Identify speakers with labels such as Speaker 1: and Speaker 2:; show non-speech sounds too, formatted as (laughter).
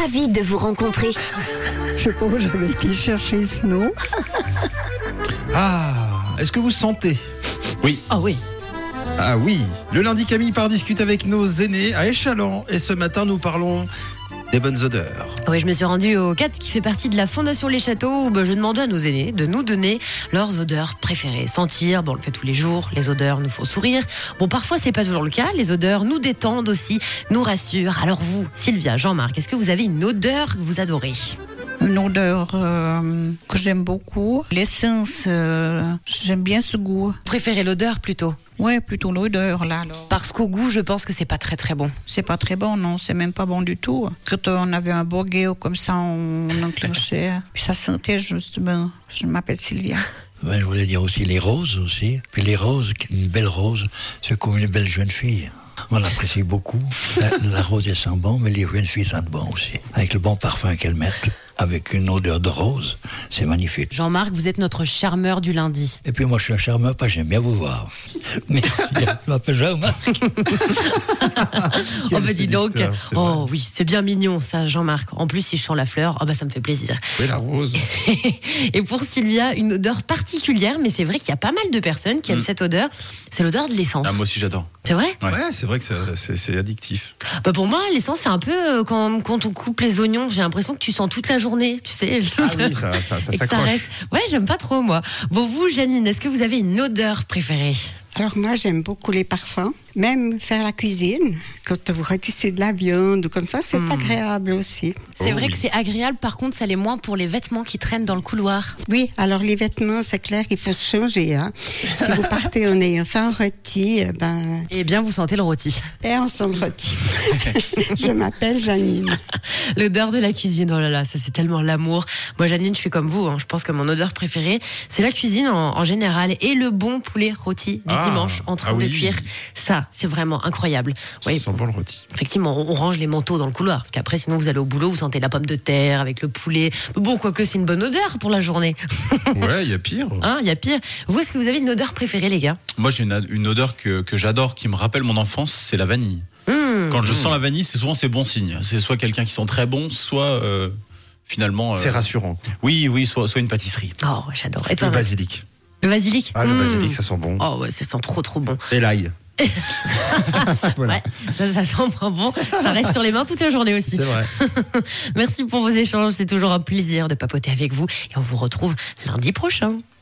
Speaker 1: ravie de vous rencontrer.
Speaker 2: Je sais pas où j'avais été chercher ce nom.
Speaker 3: Ah, est-ce que vous sentez
Speaker 2: Ah oui.
Speaker 3: Ah oui, le lundi Camille part discute avec nos aînés à Échalon et ce matin nous parlons des bonnes odeurs.
Speaker 4: Ah Oui, je me suis rendue au CAT qui fait partie de la Fondation Les Châteaux où ben, je demandais à nos aînés de nous donner leurs odeurs préférées. Sentir, bon, on le fait tous les jours, les odeurs nous font sourire. Bon, parfois c'est pas toujours le cas, les odeurs nous détendent aussi, nous rassurent. Alors vous, Sylvia, Jean-Marc, est-ce que vous avez une odeur que vous adorez
Speaker 2: Une odeur euh, que j'aime beaucoup. L'essence, euh, j'aime bien ce goût.
Speaker 4: Préférez l'odeur plutôt
Speaker 2: Ouais, plutôt l'odeur là. alors.
Speaker 4: Parce qu'au goût, je pense que c'est pas très très bon.
Speaker 2: C'est pas très bon, non, c'est même pas bon du tout. Quand euh, on avait un bourguet ou comme ça, on enclenchait. Puis ça sentait justement. Je m'appelle Sylvia.
Speaker 5: Ouais, je voulais dire aussi les roses aussi. Puis les roses, une belle rose, c'est comme une belle jeune fille. On l'apprécie beaucoup. La, la rose, elle sent bon, mais les jeunes filles sentent bon aussi. Avec le bon parfum qu'elles mettent, avec une odeur de rose, c'est magnifique.
Speaker 4: Jean-Marc, vous êtes notre charmeur du lundi.
Speaker 5: Et puis moi, je suis un charmeur, parce que j'aime bien vous voir. (laughs) Merci. hein. Je m'appelle Jean-Marc.
Speaker 4: Oh
Speaker 3: Quel
Speaker 4: bah dis donc,
Speaker 3: séducteur, c'est vrai.
Speaker 4: oh oui, c'est bien mignon ça, Jean-Marc. En plus, il chante la fleur, oh bah ça me fait plaisir.
Speaker 3: Oui, la rose.
Speaker 4: Et pour Sylvia, une odeur particulière, mais c'est vrai qu'il y a pas mal de personnes
Speaker 3: Mm.
Speaker 4: qui aiment cette odeur. C'est l'odeur de l'essence.
Speaker 6: Ah, moi aussi j'adore.
Speaker 4: C'est vrai
Speaker 3: Ouais,
Speaker 6: Ouais.
Speaker 3: c'est vrai que ça- c'est c'est addictif.
Speaker 4: bah Pour moi, l'essence, c'est un peu euh, quand, quand on coupe les oignons. J'ai l'impression que tu sens toute la journée, tu sais.
Speaker 3: Ah
Speaker 4: l'odeur.
Speaker 3: oui, ça, ça, ça
Speaker 4: Et que ça
Speaker 3: s'accroche.
Speaker 4: reste. Ouais, j'aime pas trop, moi. Bon, vous, Janine, est-ce que vous avez une odeur préférée
Speaker 7: Alors moi, j'aime beaucoup les parfums, même faire la cuisine. Quand vous rôtissez de la viande ou comme ça, c'est agréable aussi.
Speaker 4: C'est
Speaker 3: Oh
Speaker 4: vrai
Speaker 3: oui.
Speaker 4: que c'est agréable, par contre, ça l'est moins pour les vêtements qui traînent dans le couloir.
Speaker 7: Oui, alors les vêtements, c'est clair, il faut se changer. hein. si vous partez en ayant faim rôti, eh ben,
Speaker 4: Eh bien, vous sentez le rôti.
Speaker 7: et on s'en rôtit. Je m'appelle Janine.
Speaker 4: L'odeur de la cuisine, oh là là, ça c'est tellement l'amour. Moi, Janine, je suis comme vous, hein. je pense que mon odeur préférée, c'est la cuisine en, en général et le bon poulet rôti du
Speaker 3: Ah,
Speaker 4: dimanche en train
Speaker 3: ah oui.
Speaker 4: de cuire. Ça, c'est vraiment incroyable.
Speaker 3: Ça
Speaker 4: Oui,
Speaker 3: sent bon le rôti.
Speaker 4: (laughs) effectivement, on on range les manteaux dans le couloir, parce qu'après, sinon, vous allez au boulot, vous sentez la pomme de terre avec le poulet. Bon, quoique, c'est une bonne odeur pour la journée.
Speaker 3: Ouais, il y a pire.
Speaker 4: Hein, il y a pire. Vous, est-ce que vous avez une odeur préférée, les gars
Speaker 6: Moi j'ai une, une odeur que, que j'adore, qui me rappelle mon enfance, c'est la vanille.
Speaker 4: Mmh.
Speaker 6: Quand je sens la vanille, c'est souvent c'est bon signe. C'est soit quelqu'un qui sent très bon, soit euh, finalement. euh,
Speaker 3: C'est rassurant. quoi.
Speaker 6: Oui, oui, soit, soit une pâtisserie.
Speaker 4: Oh, j'adore. Et toi,
Speaker 3: Le
Speaker 4: Vincent
Speaker 3: basilic.
Speaker 4: le basilic
Speaker 3: Ah, le
Speaker 4: Mmh.
Speaker 3: basilic, ça sent bon.
Speaker 4: Oh, ouais, ça sent trop, trop bon. (laughs)
Speaker 3: Et l'ail. (laughs) voilà.
Speaker 4: Ouais, ça, ça sent pas bon. Ça reste sur les mains toute la journée aussi.
Speaker 3: C'est vrai.
Speaker 4: Merci pour vos échanges. C'est toujours un plaisir de papoter avec vous. Et on vous retrouve lundi prochain.